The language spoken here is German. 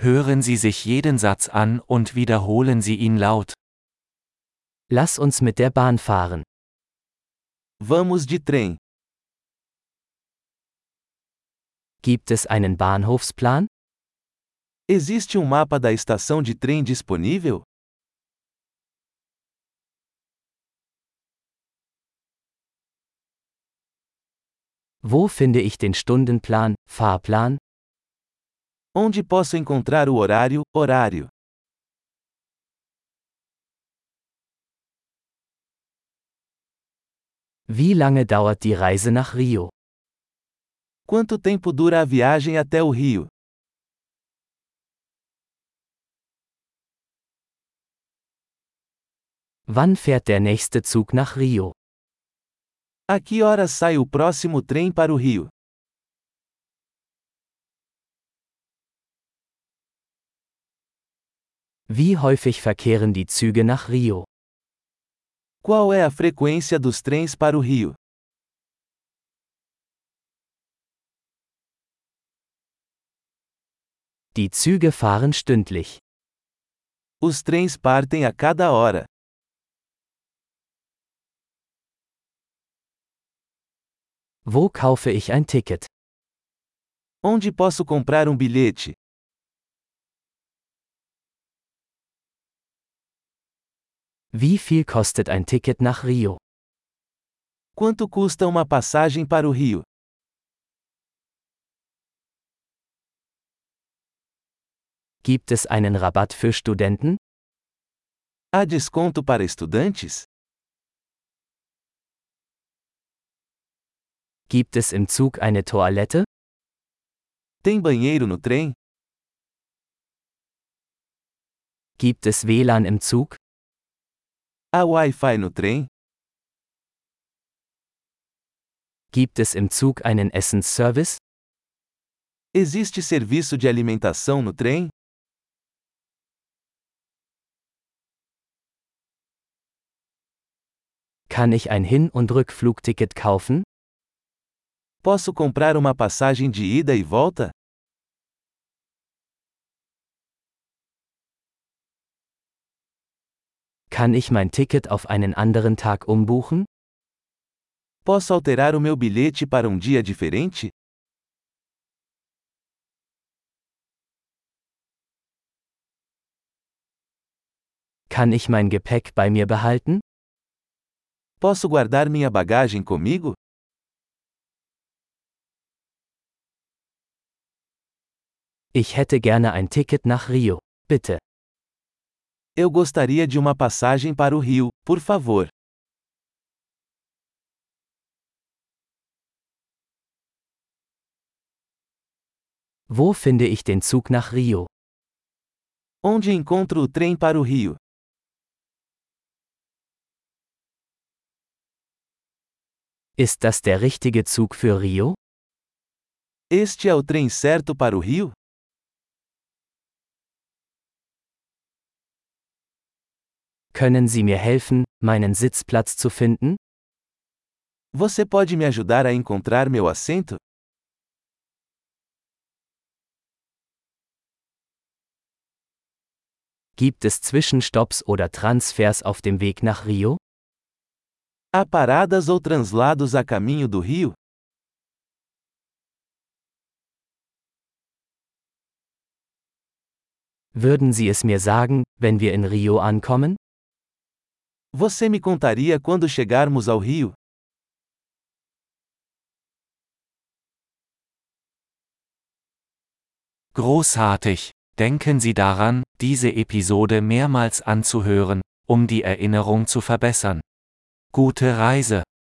Hören Sie sich jeden Satz an und wiederholen Sie ihn laut. Lass uns mit der Bahn fahren. Vamos de trem. Gibt es einen Bahnhofsplan? Existe um mapa da estação de trem disponível? Wo finde ich den Stundenplan, Fahrplan? Onde posso encontrar o horário, horário? Wie lange dauert die Reise nach Rio? Quanto tempo dura a viagem até o Rio? Wann fährt der nächste Zug nach Rio? A que horas sai o próximo trem para o Rio? Wie häufig verkehren die Züge nach Rio? Qual é a frequência dos trens para o Rio? Die Züge fahren stündlich. Os trens partem a cada hora. Wo kaufe ich ein Ticket? Onde posso comprar um bilhete? Wie viel kostet ein Ticket nach Rio? Quanto custa uma passagem para o Rio? Gibt es einen Rabatt für Studenten? Há desconto para estudantes? Gibt es im Zug eine Toilette? Tem banheiro no trem? Gibt es WLAN im Zug? Há Wi-Fi no trem? Gibt es im Zug einen Essensservice? Existe serviço de alimentação no trem? Kann ich ein Hin- und Rückflugticket kaufen? Posso comprar uma passagem de ida e volta? Kann ich mein Ticket auf einen anderen Tag umbuchen? Posso alterar o meu bilhete para um dia diferente? Kann ich mein Gepäck bei mir behalten? Posso guardar minha bagagem comigo? Ich hätte gerne ein Ticket nach Rio. Bitte. Eu gostaria de uma passagem para o Rio, por favor. Wo finde ich den Zug nach Rio? Onde encontro o trem para o Rio? Ist das der richtige Zug für Rio? Este é o trem certo para o Rio? Können Sie mir helfen, meinen Sitzplatz zu finden? Você pode me ajudar a encontrar meu assento? Gibt es Zwischenstopps oder Transfers auf dem Weg nach Rio? Há paradas ou translados a caminho do Rio? Würden Sie es mir sagen, wenn wir in Rio ankommen? Você me contaria quando chegarmos ao Rio? Großartig! Denken Sie daran, diese Episode mehrmals anzuhören, um die Erinnerung zu verbessern. Gute Reise!